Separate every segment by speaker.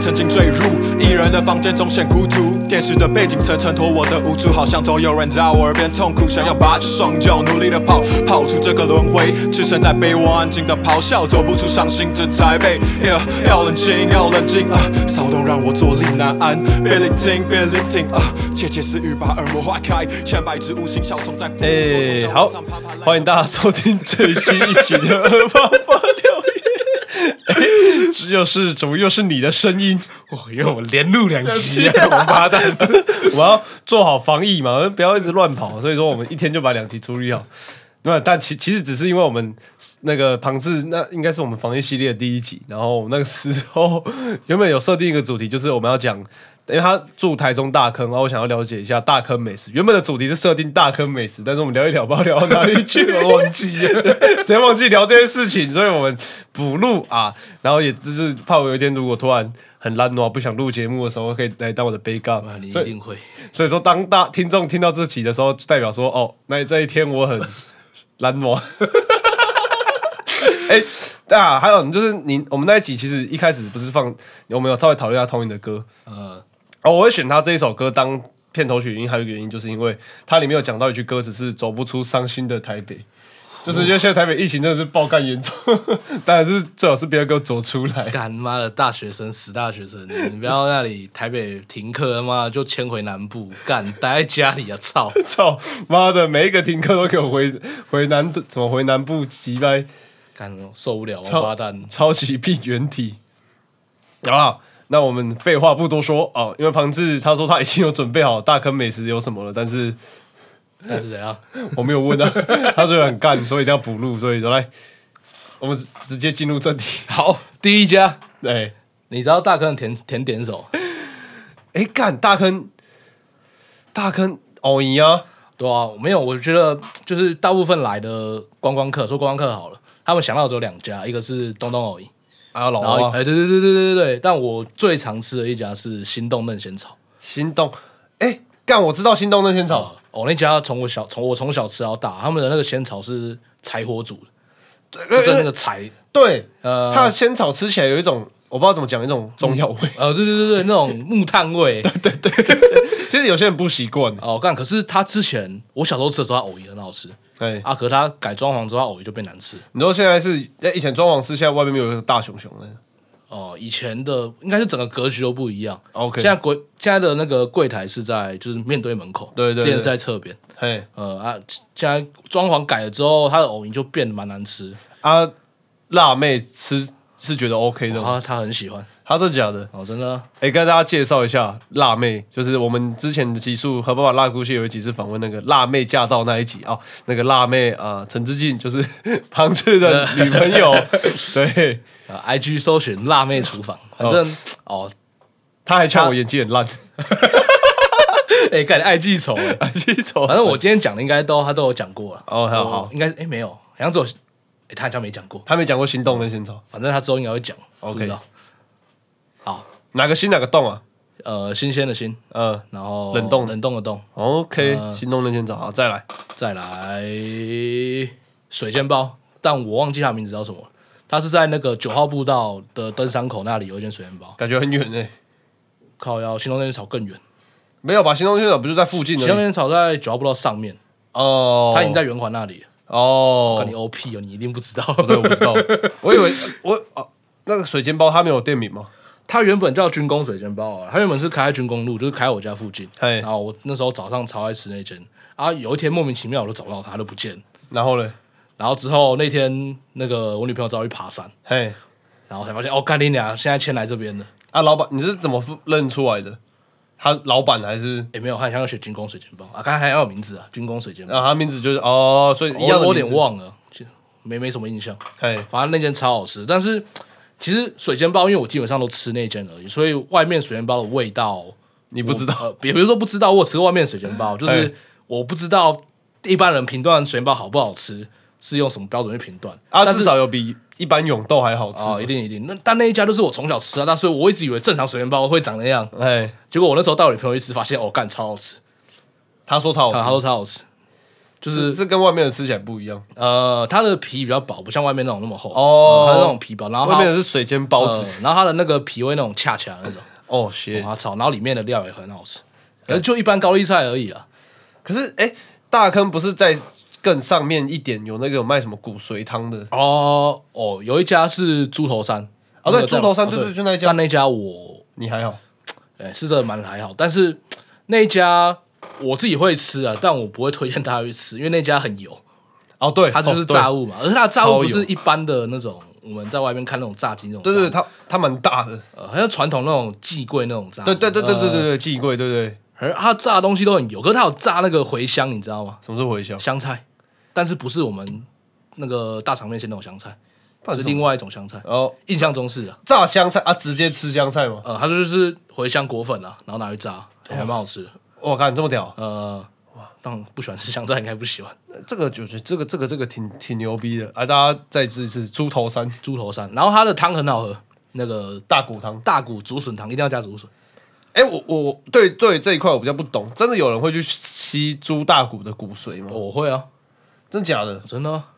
Speaker 1: 曾经坠入一人的房间中显孤独，电视的背景层衬托我的无助，好像总有人在我耳边痛哭，想要拔起双脚，努力的跑，跑出这个轮回，置身在被窝安静的咆哮，走不出伤心这宅配。Yeah，要冷静，要冷静啊，骚动让我坐立难安，别聆听，别聆听啊，窃窃私语把耳膜划开，千百只无形小虫在
Speaker 2: 哎、
Speaker 1: 哎，
Speaker 2: 好，欢迎大家收听最新一期的二八八六月。哎又是怎么又是你的声音？哦，因为我连录两期啊，王八 蛋！我们要做好防疫嘛，不要一直乱跑。所以说，我们一天就把两期处理好。那但其其实只是因为我们那个 庞氏，那应该是我们防疫系列的第一集。然后那个时候 原本有设定一个主题，就是我们要讲，因为他住台中大坑，然后我想要了解一下大坑美食。原本的主题是设定大坑美食，但是我们聊一聊，不知道聊到哪里去，我忘记了， 直接忘记聊这件事情，所以我们补录啊。然后也就是怕我有一天如果突然很懒惰，不想录节目的时候，可以来当我的杯盖。
Speaker 3: 啊，你一
Speaker 2: 所以
Speaker 3: 定会。
Speaker 2: 所以说，当大听众听到这集的时候，就代表说，哦，那这一天我很懒惰。 哎、啊，还有就是你，我们那一集其实一开始不是放，我们有稍微讨论一下 Tony 的歌。
Speaker 3: 呃，
Speaker 2: 哦，我会选他这一首歌当片头曲，因为还有一个原因，就是因为它里面有讲到一句歌词是“走不出伤心的台北”，就是因为现在台北疫情真的是爆干严重，当然是最好是别人给我走出来。
Speaker 3: 干妈的大学生，死大学生，你不要那里台北停课，妈的就迁回南部，干待在家里啊，操！
Speaker 2: 操妈的，每一个停课都给我回回南，怎么回南部急掰？
Speaker 3: 干受不了，王
Speaker 2: 超
Speaker 3: 八蛋。
Speaker 2: 超级病原体。好啦，那我们废话不多说哦，因为庞志他说他已经有准备好大坑美食有什么了，但是
Speaker 3: 但是怎样？
Speaker 2: 我没有问啊，他说很干，所以一定要补录，所以说来，我们直直接进入正题。
Speaker 3: 好，第 一家，
Speaker 2: 哎
Speaker 3: 你知道大坑的甜甜点手？
Speaker 2: 哎干大坑，大坑哦你啊，
Speaker 3: 对啊，没有，我觉得就是大部分来的观光客，说观光客好了，他们想到只有两家，一个是东东藕姨，
Speaker 2: 还有啊老
Speaker 3: 然后
Speaker 2: 王
Speaker 3: 哎、对对对对对对对，但我最常吃的一家是心动嫩鲜草。
Speaker 2: 心动，哎干我知道心动那仙草，
Speaker 3: 哦，那家从我小从我从小吃到大，他们的那个仙草是柴火煮的，就
Speaker 2: 呃
Speaker 3: 真的那个柴，
Speaker 2: 对，
Speaker 3: 呃
Speaker 2: 它的仙草吃起来有一种我不知道怎么讲，一种中药味。
Speaker 3: 呃，对对对对，那种木炭味。
Speaker 2: 其实有些人不习惯，啊
Speaker 3: 哦，干，可是它之前我小时候吃的时候，它藕也很好吃
Speaker 2: 哎，
Speaker 3: 啊，可是它改装潢之后，它藕也就变难吃。
Speaker 2: 你说现在是哎以前装潢师，现在外面没有一个大熊熊的，
Speaker 3: 哦，以前的应该是整个格局都不一样。
Speaker 2: 哦 OK
Speaker 3: 现在柜现在的那个柜台是在就是面对门口，
Speaker 2: 对对对
Speaker 3: 之前是在侧边。
Speaker 2: 嘿
Speaker 3: 呃啊，现在装潢改了之后，它的藕泥就变得蛮难吃，
Speaker 2: 啊，辣妹吃是觉得 OK 的
Speaker 3: 然
Speaker 2: 吗？
Speaker 3: 后他很喜欢。
Speaker 2: 他是假的，
Speaker 3: 哦，真的啊，
Speaker 2: 哎，跟大家介绍一下辣妹，就是我们之前的集数和爸爸辣姑蟹有一集是访问那个辣妹驾到那一集啊、那个辣妹啊，陈、之敬就是 庞志的女朋友，对，
Speaker 3: 呃，IG 搜寻辣妹厨房，反正哦，
Speaker 2: 他还呛我演技很烂，
Speaker 3: 哎，干你爱记仇哎。
Speaker 2: 记仇，
Speaker 3: 反正我今天讲的应该都他都有讲过了。
Speaker 2: 啊哦好
Speaker 3: 我
Speaker 2: 好
Speaker 3: 应该哎没有，好像只有哎他好像没讲过，
Speaker 2: 他没讲过心动的先草，
Speaker 3: 反正他之后应该会讲。
Speaker 2: OK
Speaker 3: 不知道好，
Speaker 2: 哪个心哪个动啊？
Speaker 3: 呃，新鲜的新，
Speaker 2: 呃
Speaker 3: 然后
Speaker 2: 冷冻
Speaker 3: 冷冻的冻，
Speaker 2: ，OK，、心
Speaker 3: 嗯
Speaker 2: 动的先草，好，再来，
Speaker 3: 再来水煎包，但我忘记他名字叫什么了。他是在那个九号步道的登山口那里有一间水煎包，
Speaker 2: 感觉很远哎、
Speaker 3: 靠腰，新东那边草更远，
Speaker 2: 没有吧？新东先草不就在附近
Speaker 3: 新东
Speaker 2: 的？
Speaker 3: 那边草在九号步道上面，
Speaker 2: 哦，
Speaker 3: 他已经在圆环那里了。
Speaker 2: 哦
Speaker 3: 管你，OP 哦，你一定不知道。
Speaker 2: 对，我不 知道，我以为我哦，那个水煎包它没有店名吗？
Speaker 3: 它原本叫军工水煎包啊，它原本是开在军工路，就是开我家附近。
Speaker 2: 嘿
Speaker 3: 然后我那时候早上超爱吃那间啊，有一天莫名其妙我都找不到它，它都不见了。
Speaker 2: 然后嘞，
Speaker 3: 然后之后那天那个我女朋友找我去爬山，
Speaker 2: 嘿，
Speaker 3: 然后才发现哦，干你俩现在迁来这边了。
Speaker 2: 啊，老板，你是怎么认出来的？他老板还是
Speaker 3: 也没有，他想要学军工水煎包啊，刚才还要有名字啊，军工水煎包。
Speaker 2: 啊？他名字就是哦，所以一
Speaker 3: 我
Speaker 2: 样的
Speaker 3: 我有
Speaker 2: 名
Speaker 3: 点
Speaker 2: 字，
Speaker 3: 忘了，就没没什么印象。
Speaker 2: 嘿，
Speaker 3: 反正那间超好吃，但是其实水煎包，因为我基本上都吃那间而已，所以外面水煎包的味道。
Speaker 2: 你不知道
Speaker 3: 呃，也不是说不知道， 我有吃过外面的水煎包，就
Speaker 2: 哎
Speaker 3: 是我不知道一般人评断水煎包好不好吃是用什么标准去评断
Speaker 2: 啊？
Speaker 3: 但是哦
Speaker 2: 至少有比一般永豆还好吃，
Speaker 3: 啊、一定一定。那但那一家就是我从小吃啊，但所以我一直以为正常水煎包会长那样，
Speaker 2: 嘿，
Speaker 3: 结果我那时候带我女朋友去吃，发现哦，干超好吃，
Speaker 2: 他说超
Speaker 3: 啊，她
Speaker 2: 好吃，
Speaker 3: 说超好吃，就是
Speaker 2: 是跟外面的吃起来不一样
Speaker 3: 呃，它的皮比较薄，不像外面那种那么厚
Speaker 2: 哦
Speaker 3: 嗯它是那种皮薄，然后它
Speaker 2: 外面的是水煎包
Speaker 3: 呃
Speaker 2: 子。
Speaker 3: 然后它的那个皮会那种恰恰那种，
Speaker 2: 哦，鞋。
Speaker 3: 哇操，然后里面的料也很好吃，
Speaker 2: 哎
Speaker 3: 可是就一般高丽菜而已啊。
Speaker 2: 可是哎，大坑不是在更上面一点有那个有卖什么骨髓汤的？
Speaker 3: 哦哦，有一家是猪头山，
Speaker 2: 哦对猪头山
Speaker 3: 哦
Speaker 2: 对对就那一家
Speaker 3: 但那家我
Speaker 2: 你还好？
Speaker 3: 哎是真的蛮还好，但是那一家我自己会吃啊，但我不会推荐大家去吃，因为那家很油，
Speaker 2: 哦，对，
Speaker 3: 它就是
Speaker 2: 哦对
Speaker 3: 炸物嘛，而且它的炸
Speaker 2: 超
Speaker 3: 物不
Speaker 2: 油
Speaker 3: 是一般的那种我们在外面看那种炸鸡那种炸
Speaker 2: 对
Speaker 3: 物，
Speaker 2: 对，对它它蛮大的。
Speaker 3: 呃，还有传统那种寄柜那种炸物，
Speaker 2: 对对对对对对
Speaker 3: 呃，
Speaker 2: 对，记忆柜，对对对，
Speaker 3: 而它炸的东西都很油，可是它有炸那个茴香，你知道吗？
Speaker 2: 什么是茴香？
Speaker 3: 香菜，但是不是我们那个大肠面线那种香菜，
Speaker 2: 底是
Speaker 3: 是
Speaker 2: 什么
Speaker 3: 另外一种香菜。
Speaker 2: 哦，
Speaker 3: 印象中是啊，
Speaker 2: 炸香菜啊，直接吃香菜吗？
Speaker 3: 呃，它就是茴香果粉啊，然后拿去
Speaker 2: 哦
Speaker 3: 炸，还蛮好吃的。
Speaker 2: 我靠，你这么屌！
Speaker 3: 呃，但不喜欢吃香菜应该不喜欢
Speaker 2: 这个就是这个这个这个挺挺牛逼的啊！大家再吃一次猪头山
Speaker 3: 猪头山，然后它的汤很好喝，那个大
Speaker 2: 大骨汤。
Speaker 3: 大骨竹笋汤一定要加竹笋。
Speaker 2: 哎、我我我对对这一块我比较不懂，真的有人会去吸猪大骨的骨髓吗？
Speaker 3: 我会啊，
Speaker 2: 真假的？
Speaker 3: 真的啊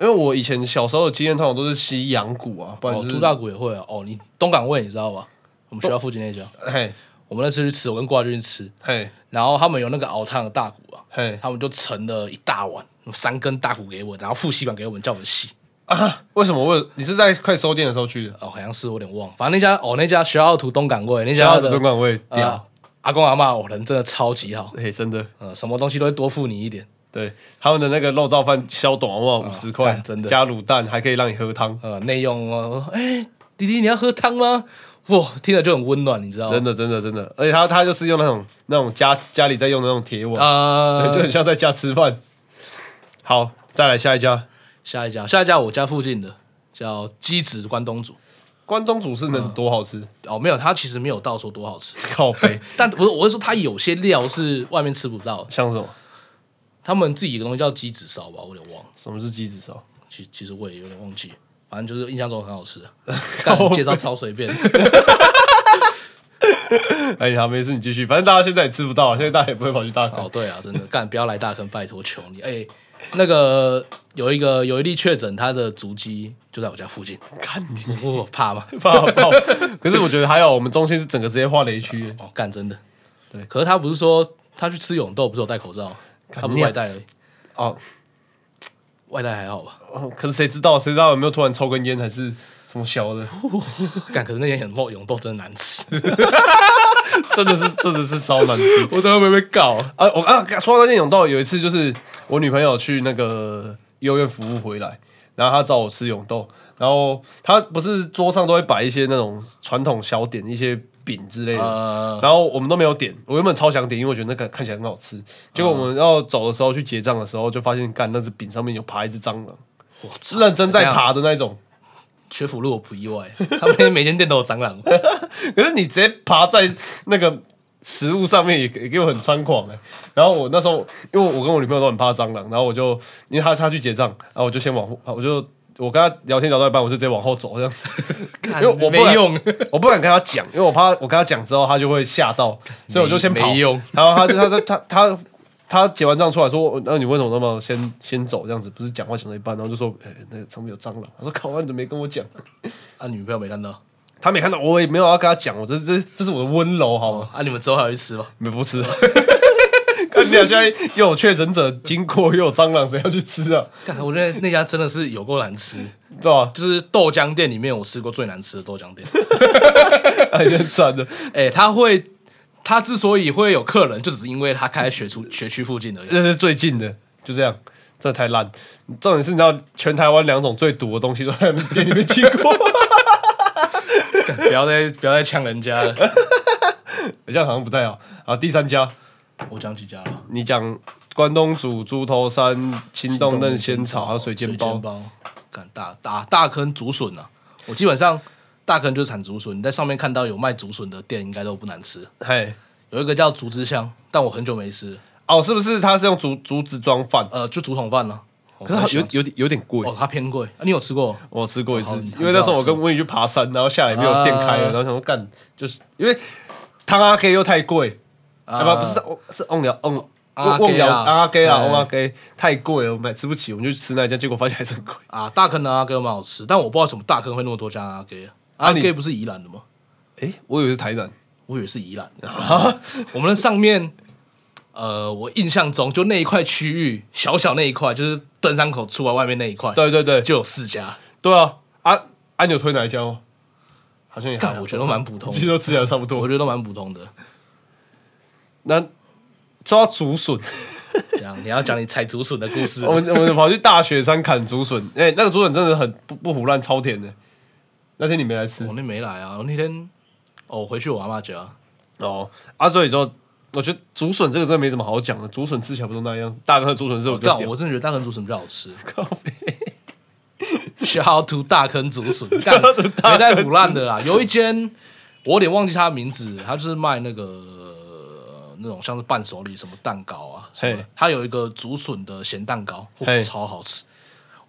Speaker 2: 因为我以前小时候的经验通常都是吸羊骨啊，不然
Speaker 3: 哦，
Speaker 2: 就是
Speaker 3: 猪大骨也会啊。哦，你东港味你知道吧？我们学校附近那家，
Speaker 2: 嘿
Speaker 3: 我们那次去吃，我跟挂军去吃，
Speaker 2: 嘿
Speaker 3: 然后他们有那个熬汤的大骨啊，
Speaker 2: 嘿
Speaker 3: 他们就盛了一大碗三根大骨给我，然后副吸管给我们，叫我们吸。
Speaker 2: 啊！为什么我你是在快收店的时候去的？
Speaker 3: 哦，好像是我有点忘，反正那家哦那家学校图东港味，那
Speaker 2: 然
Speaker 3: 家
Speaker 2: 后
Speaker 3: 的
Speaker 2: 子中港味
Speaker 3: 呃
Speaker 2: 屌，
Speaker 3: 阿公阿妈哦人真的超级好，
Speaker 2: 哎、真的
Speaker 3: 呃，什么东西都会多付你一点，
Speaker 2: 对他们的那个肉燥饭消短哇五十块
Speaker 3: 啊干，真的
Speaker 2: 加卤蛋还可以让你喝汤，
Speaker 3: 呃，内用哦，我说哎、弟弟你要喝汤吗？哇，听了就很温暖，你知道吗？
Speaker 2: 真的真的真的，而且他他就是用那种那种家家里在用的那种铁网，
Speaker 3: 呃，
Speaker 2: 就很像在家吃饭。好，再来下一家。
Speaker 3: 下一家，下一家我家附近的叫鸡子关东煮，
Speaker 2: 关东煮是能多好吃？
Speaker 3: 哦，没有，它其实没有到说多好吃，
Speaker 2: 靠背
Speaker 3: 但不是，我是说它有些料是外面吃不到的，
Speaker 2: 像什么？
Speaker 3: 他们自己有个东西叫鸡子烧吧，我有点忘了。
Speaker 2: 什么是鸡子烧？
Speaker 3: 其其实我也有点忘记，反正就是印象中很 好吃，干介绍超随便。
Speaker 2: 哎呀，没事，你继续。反正大家现在也吃不到，啊现在大家也不会跑去大
Speaker 3: 哦
Speaker 2: 坑。，
Speaker 3: 对啊，真的 干不要来大坑，拜托求你。哎、那个有一个有一例确诊，他的足迹就在我家附近，
Speaker 2: 看你
Speaker 3: 我怕吗？
Speaker 2: 怕爆！可是我觉得还好，我们中心是整个直接画雷区耶。
Speaker 3: 哦，干真的。
Speaker 2: 对
Speaker 3: 可是他不是说他去吃永豆，不是有戴口罩，他不是外带而已，
Speaker 2: 哦，
Speaker 3: 外带还好吧？
Speaker 2: 哦可是谁知道？谁知道有没有突然抽根烟还是什么小的？
Speaker 3: 干，可是那天永豆永豆真的难吃，
Speaker 2: 真的是，真的是超难吃。
Speaker 3: 我真的会被告、
Speaker 2: 啊，我啊，说到那件泳道，有一次就是我女朋友去那个幼儿园服务回来，然后她找我吃泳豆，然后她不是桌上都会摆一些那种传统小点，一些饼之类的，
Speaker 3: 呃
Speaker 2: 然后我们都没有点，我原本超想点，因为我觉得那个看起来很好
Speaker 3: 啊
Speaker 2: 吃，结果我们要走的时候去结账的时候，就发现干那只饼上面有爬一只蟑螂，
Speaker 3: 我操，
Speaker 2: 认真在
Speaker 3: 怎样
Speaker 2: 爬的那种，
Speaker 3: 学府路我不意外， 他们每间店都有蟑螂。
Speaker 2: 可是你直接爬在那个食物上面也给也给我很猖狂哎、然后我那时候，因为我跟我女朋友都很怕蟑螂，然后我就因为她她去结账，然后我就先往后，我就我跟她聊天聊到一半，我就直接往后走这样 子，因为我不
Speaker 3: 没
Speaker 2: 敢
Speaker 3: 用，
Speaker 2: 我不敢跟她讲，因为我怕我跟她讲之后她就会吓到，所以我就先跑。
Speaker 3: 没用
Speaker 2: 然后她就她说她她。她结完账出来说：“哦那、你为什么那么先先走这样子？不是讲话讲到一半，然后就说：‘哎、那个上面有蟑螂。’我说：‘靠，那你怎么没跟我讲？’
Speaker 3: 啊，女朋友没看到
Speaker 2: 他没看到，我也没有要跟他讲，我这这这是我的温柔，好吗？
Speaker 3: 啊，你们之后还会吃吗？
Speaker 2: 没不吃。 看你俩现在又有确诊者经过，又有蟑螂，谁要去吃啊？
Speaker 3: 干，我觉得那家真的是有够难吃，
Speaker 2: 对吧、
Speaker 3: 就是豆浆店里面我吃过最难吃的豆浆店。
Speaker 2: 哎，很惨的。
Speaker 3: 哎、他会，他之所以会有客人，就只是因为他开在学出学区附近而已。
Speaker 2: 这是最近的，就这样，这太烂。重点是，你知道全台湾两种最毒的东西都在店里面经过，
Speaker 3: 不要再不要再呛人家了。
Speaker 2: 这样好像不太好。啊，第三家，
Speaker 3: 我讲几家了？
Speaker 2: 你讲关东煮、猪头山、青洞嫩仙草还有水煎包，
Speaker 3: 包，干大大大坑竹笋啊！我基本上大坑就是产竹笋，你在上面看到有卖竹笋的店，应该都不难吃。
Speaker 2: 嘿，
Speaker 3: 有一个叫竹之香，但我很久没吃了，
Speaker 2: 哦，是不是它是用竹竹子装饭？
Speaker 3: 呃，就竹筒饭呢、啊。
Speaker 2: 可是它有有点有点贵
Speaker 3: 哦，它偏贵啊！你有吃过？
Speaker 2: 我吃过一次
Speaker 3: 哦好，
Speaker 2: 因为那时候我跟温宇去爬山，然后下来没有店开了，然
Speaker 3: 啊
Speaker 2: 后想说啊干，就是因为汤阿 K 又太贵，啊不不是是是 on 了 on
Speaker 3: 阿
Speaker 2: 旺
Speaker 3: 给
Speaker 2: 角
Speaker 3: 啦，
Speaker 2: 阿给啊，
Speaker 3: 哎
Speaker 2: 阿给太贵了，我买吃不起，我们就去吃那一家，结果发现还是很贵。
Speaker 3: 啊，大坑的阿哥蛮好吃，但我不知道怎么大坑会那么多家阿哥。阿
Speaker 2: 啊你
Speaker 3: 哥不是宜兰的吗？
Speaker 2: 哎， 我以为是台南，
Speaker 3: 我以为是宜兰 的。我们的上面，呃，我印象中就那一块区域，小小那一块，就是登山口出来外面那一块，
Speaker 2: 对对对，
Speaker 3: 就有四家。
Speaker 2: 对啊，啊，啊，你有推哪一家吗？好像也还
Speaker 3: 干，
Speaker 2: 好
Speaker 3: 我觉得都蛮普通
Speaker 2: 其实
Speaker 3: 的，
Speaker 2: 都吃起来差不
Speaker 3: 我
Speaker 2: 多。
Speaker 3: 觉得都蛮普通的。
Speaker 2: 那抓竹笋，
Speaker 3: 这样，你要讲你采竹笋的故 事
Speaker 2: 我，们我们跑去大雪山砍竹笋，哎，那个竹笋真的很不不胡乱，超甜的。那天你没来吃
Speaker 3: 我那没来啊，我那天哦，我回去我阿妈家，
Speaker 2: 哦，啊，所以说我觉得竹笋这个真的没什么好讲的，竹笋吃起来不都那样。大颗的竹笋是我比较
Speaker 3: 但
Speaker 2: 屌
Speaker 3: 我真的觉得大坑竹笋比较好吃。
Speaker 2: 靠北
Speaker 3: Shout out to 大坑竹 笋，干没在腐烂的啦。有一间我有点忘记它的名字，它就是卖那个、呃那种像是伴手礼什么蛋糕啊什么的
Speaker 2: 嘿。
Speaker 3: 它有一个竹笋的咸蛋糕，哇
Speaker 2: 嘿
Speaker 3: 超好吃。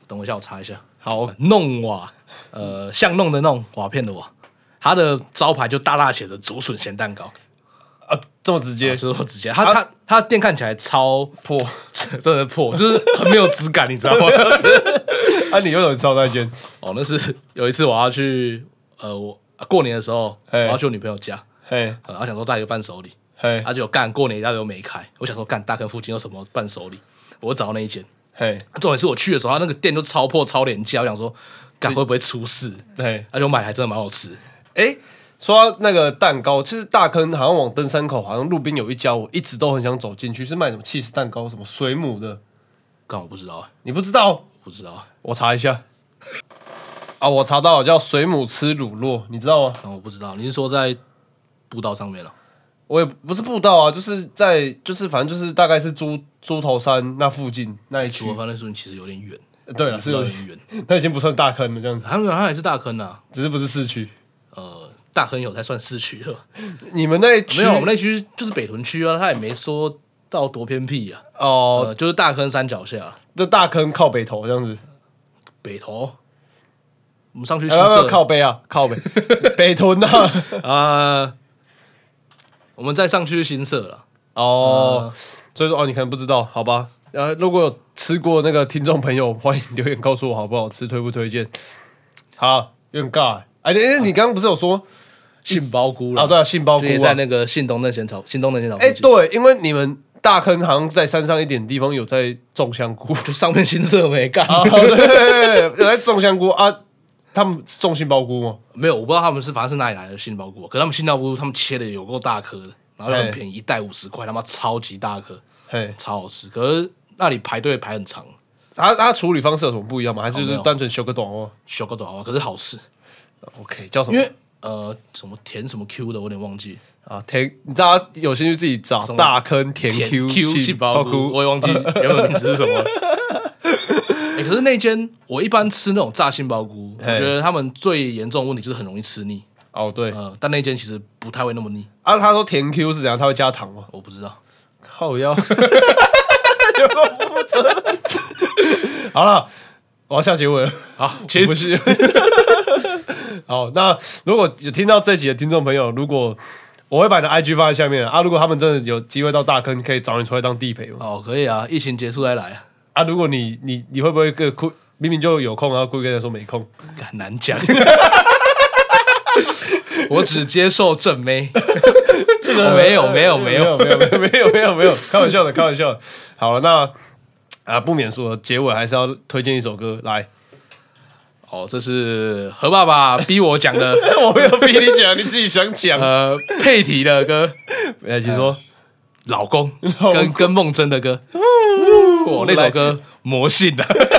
Speaker 3: 等我一下，我查一下。
Speaker 2: 好，
Speaker 3: 弄瓦，呃，像弄的弄，瓦片的瓦，它的招牌就大大写着竹笋咸蛋糕，
Speaker 2: 啊，这么直接
Speaker 3: 也是我直接。它它它的店看起来超破，真的破，就是很没有质感，你知道吗？
Speaker 2: 啊！你又有招那间
Speaker 3: 哦，那是 有一次我要去，呃，我啊过年的时候我
Speaker 2: 嘿
Speaker 3: 要去我女朋友家，
Speaker 2: 嘿，
Speaker 3: 呃，她想说带一个伴手礼，
Speaker 2: 嘿，
Speaker 3: 她就干过年一大堆没开，我想说干大坑附近有什么伴手礼，我找到那一间。啊
Speaker 2: 嘿，
Speaker 3: 重点是我去的时候，他那个店就超破超廉价，我想说干会不会出事？
Speaker 2: 嘿，
Speaker 3: 而且我买还真的蛮好吃，
Speaker 2: 哎，说到那个蛋糕，其实大坑好像往登山口，好像路边有一家，我一直都很想走进去，是卖什么气势蛋糕，什么水母的，
Speaker 3: 干我不知道、欸，
Speaker 2: 你不知道？
Speaker 3: 不知道，
Speaker 2: 我查一下。啊，我查到了叫水母吃乳酪，你知道吗？
Speaker 3: 干我不知道，你是说在步道上面啊了？
Speaker 2: 我也不是步道啊，就是在就是反正就是大概是猪猪头山那附近那一
Speaker 3: 我
Speaker 2: 区。
Speaker 3: 发现说你其实有点远，
Speaker 2: 对了，
Speaker 3: 是
Speaker 2: 是
Speaker 3: 有
Speaker 2: 有
Speaker 3: 点远，
Speaker 2: 那已经不算大坑了，这样子，
Speaker 3: 他们他也是大坑啊，
Speaker 2: 只是不是市区。
Speaker 3: 呃，大坑有才算市区了。
Speaker 2: 你们那一区
Speaker 3: 没 有，我们那区就是北屯区啊，他也没说到多偏僻啊，
Speaker 2: 哦，
Speaker 3: 呃，就是大坑山脚下，
Speaker 2: 这大坑靠北头这样子，
Speaker 3: 北头。我们上去宿
Speaker 2: 哎不不
Speaker 3: 舍
Speaker 2: 不靠北啊， 靠北北屯啊。
Speaker 3: 呃，我们再上去新社了。
Speaker 2: 哦，
Speaker 3: 嗯
Speaker 2: 所以说哦，你可能不知道，好吧？呃，如果有吃过那个听众朋友，欢迎留言告诉我好不好吃，推不推荐？好，有点尬欸。哎，你哎你刚刚不是有说
Speaker 3: 啊杏鲍菇啦
Speaker 2: 啊？对啊，杏鲍菇
Speaker 3: 就也
Speaker 2: 啊
Speaker 3: 在。那个信东那间草，信东那间草附
Speaker 2: 哎，
Speaker 3: 近，
Speaker 2: 对，因为你们大坑好像在山上一点地方有在种香菇，
Speaker 3: 就上面新社没干，
Speaker 2: 啊对对 对对有在种香菇啊。他们种杏鲍菇吗？
Speaker 3: 没有，我不知道他们是反正是哪里来的杏鲍菇，可是他们杏鲍菇他们切的有够大颗的，然后又很
Speaker 2: 哎
Speaker 3: 便宜，一袋五十块，他妈超级大颗，
Speaker 2: 嘿，
Speaker 3: 超好吃。可是那里排队排很长，
Speaker 2: 他他啊处理方式有什么不一样吗？还是就
Speaker 3: 哦没
Speaker 2: 是
Speaker 3: 有
Speaker 2: 单纯修个短袜
Speaker 3: 小个短袜，可是好吃。
Speaker 2: ？OK，叫什么？
Speaker 3: 因为呃什么甜什么 Q 的，我有点忘记。
Speaker 2: 啊，甜，你大家有兴趣自己找
Speaker 3: 么
Speaker 2: 大坑甜
Speaker 3: 甜
Speaker 2: Q
Speaker 3: Q
Speaker 2: 杏
Speaker 3: 杏鲍菇，我也忘记原本名字是什么 了。欸可是那间我一般吃那种炸杏鲍菇，我
Speaker 2: 嘿
Speaker 3: 觉得他们最严重的问题就是很容易吃腻。
Speaker 2: 哦，对
Speaker 3: 呃，但那间其实不太会那么腻，
Speaker 2: 啊，他说甜 Q 是怎样？他会加糖吗？
Speaker 3: 我不知道。
Speaker 2: 靠腰，有够不负责任。好了，我要下结尾了。
Speaker 3: 好，
Speaker 2: 其实不是。 好，那如果有听到这集的听众朋友，如果我会把你的 IG 放在下面啊，如果他们真的有机会到大坑，可以找你出来当地陪嘛。
Speaker 3: 哦，可以啊，疫情结束再来啊，
Speaker 2: 啊，如果你你你会不会个哭？明明就有空，然后故意跟他说没空。
Speaker 3: 很难讲。 我只接受 正妹，这个没有没有没有，
Speaker 2: 没有没有没有没有没有，开玩笑的，开玩笑的。好了，那啊不免说，结尾还是要推荐一首歌来。
Speaker 3: 哦，这是何爸爸逼我讲的，
Speaker 2: 我没有逼 你讲，你自己想讲。
Speaker 3: 呃，佩提的歌。
Speaker 2: 哎，请说。
Speaker 3: 老公
Speaker 2: 公
Speaker 3: 跟跟梦真的歌，
Speaker 2: 哦
Speaker 3: 我哦那首歌魔性啊 的。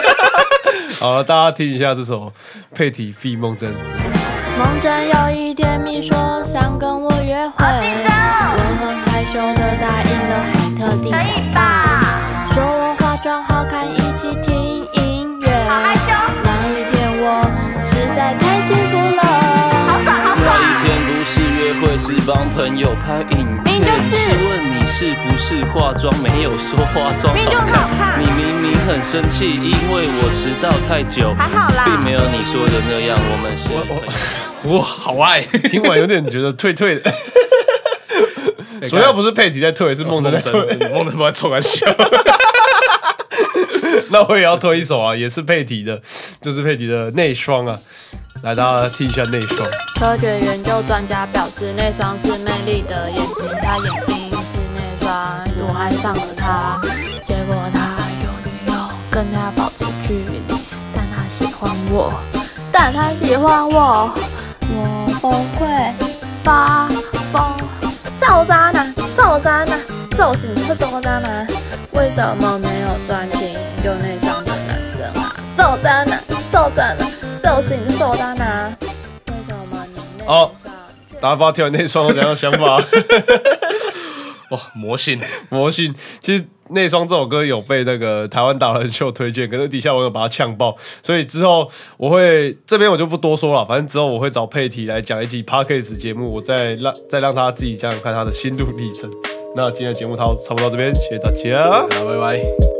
Speaker 2: 好了，大家听一下这首佩提《费梦真》。
Speaker 4: 梦真有一天蜜说想跟我约会，我很害羞的答应了，还特地打扮，说我化妆好看，一起听音乐。那一天我实在太幸福了，
Speaker 5: 那一天不是约会，是帮朋友拍影
Speaker 4: 明明
Speaker 5: 片。
Speaker 4: 就是
Speaker 5: 试问你是不是化妆？没有说化妆
Speaker 4: 明明就是好看
Speaker 5: 你明明很生气，因为我迟到太久。还
Speaker 4: 好啦
Speaker 5: 并没有你说的那样。我们是朋友。
Speaker 3: 哇，好爱！
Speaker 2: 听完有点觉得退退的。 主要不是佩奇在退，是梦
Speaker 3: 哎梦
Speaker 2: 真在
Speaker 3: 真
Speaker 2: 退。
Speaker 3: 梦真不在冲玩笑，
Speaker 2: 那我也要推一首啊，也是佩奇的，就是佩奇的内双啊。来，大家听一下内双。
Speaker 4: 科学研究专家表示，内双是魅力的眼睛，他眼睛是内双，我爱上了他，结果他有女友，跟他保持距离，但他喜欢我，但他喜欢我，我崩溃，发疯，臭渣男，臭渣男，就是你这臭渣男，为什么没有专情有内双的男生啊？臭渣男，臭渣男，就是你这臭渣男。为什么你内
Speaker 2: 哦
Speaker 4: 伤
Speaker 2: 大家不知道听完内双有怎样想法？
Speaker 3: 哇，哦魔性，
Speaker 2: 魔性，其实内双这首歌有被那个台湾达人秀推荐，可是底下网友把它呛爆，所以之后我会这边我就不多说了，反正之后我会找佩提来讲一集 p a r k a s 节目，我再让再让他自己讲讲看他的心路历程。那今天的节目差不多差不多到这边，谢谢大家。
Speaker 3: 好，拜拜。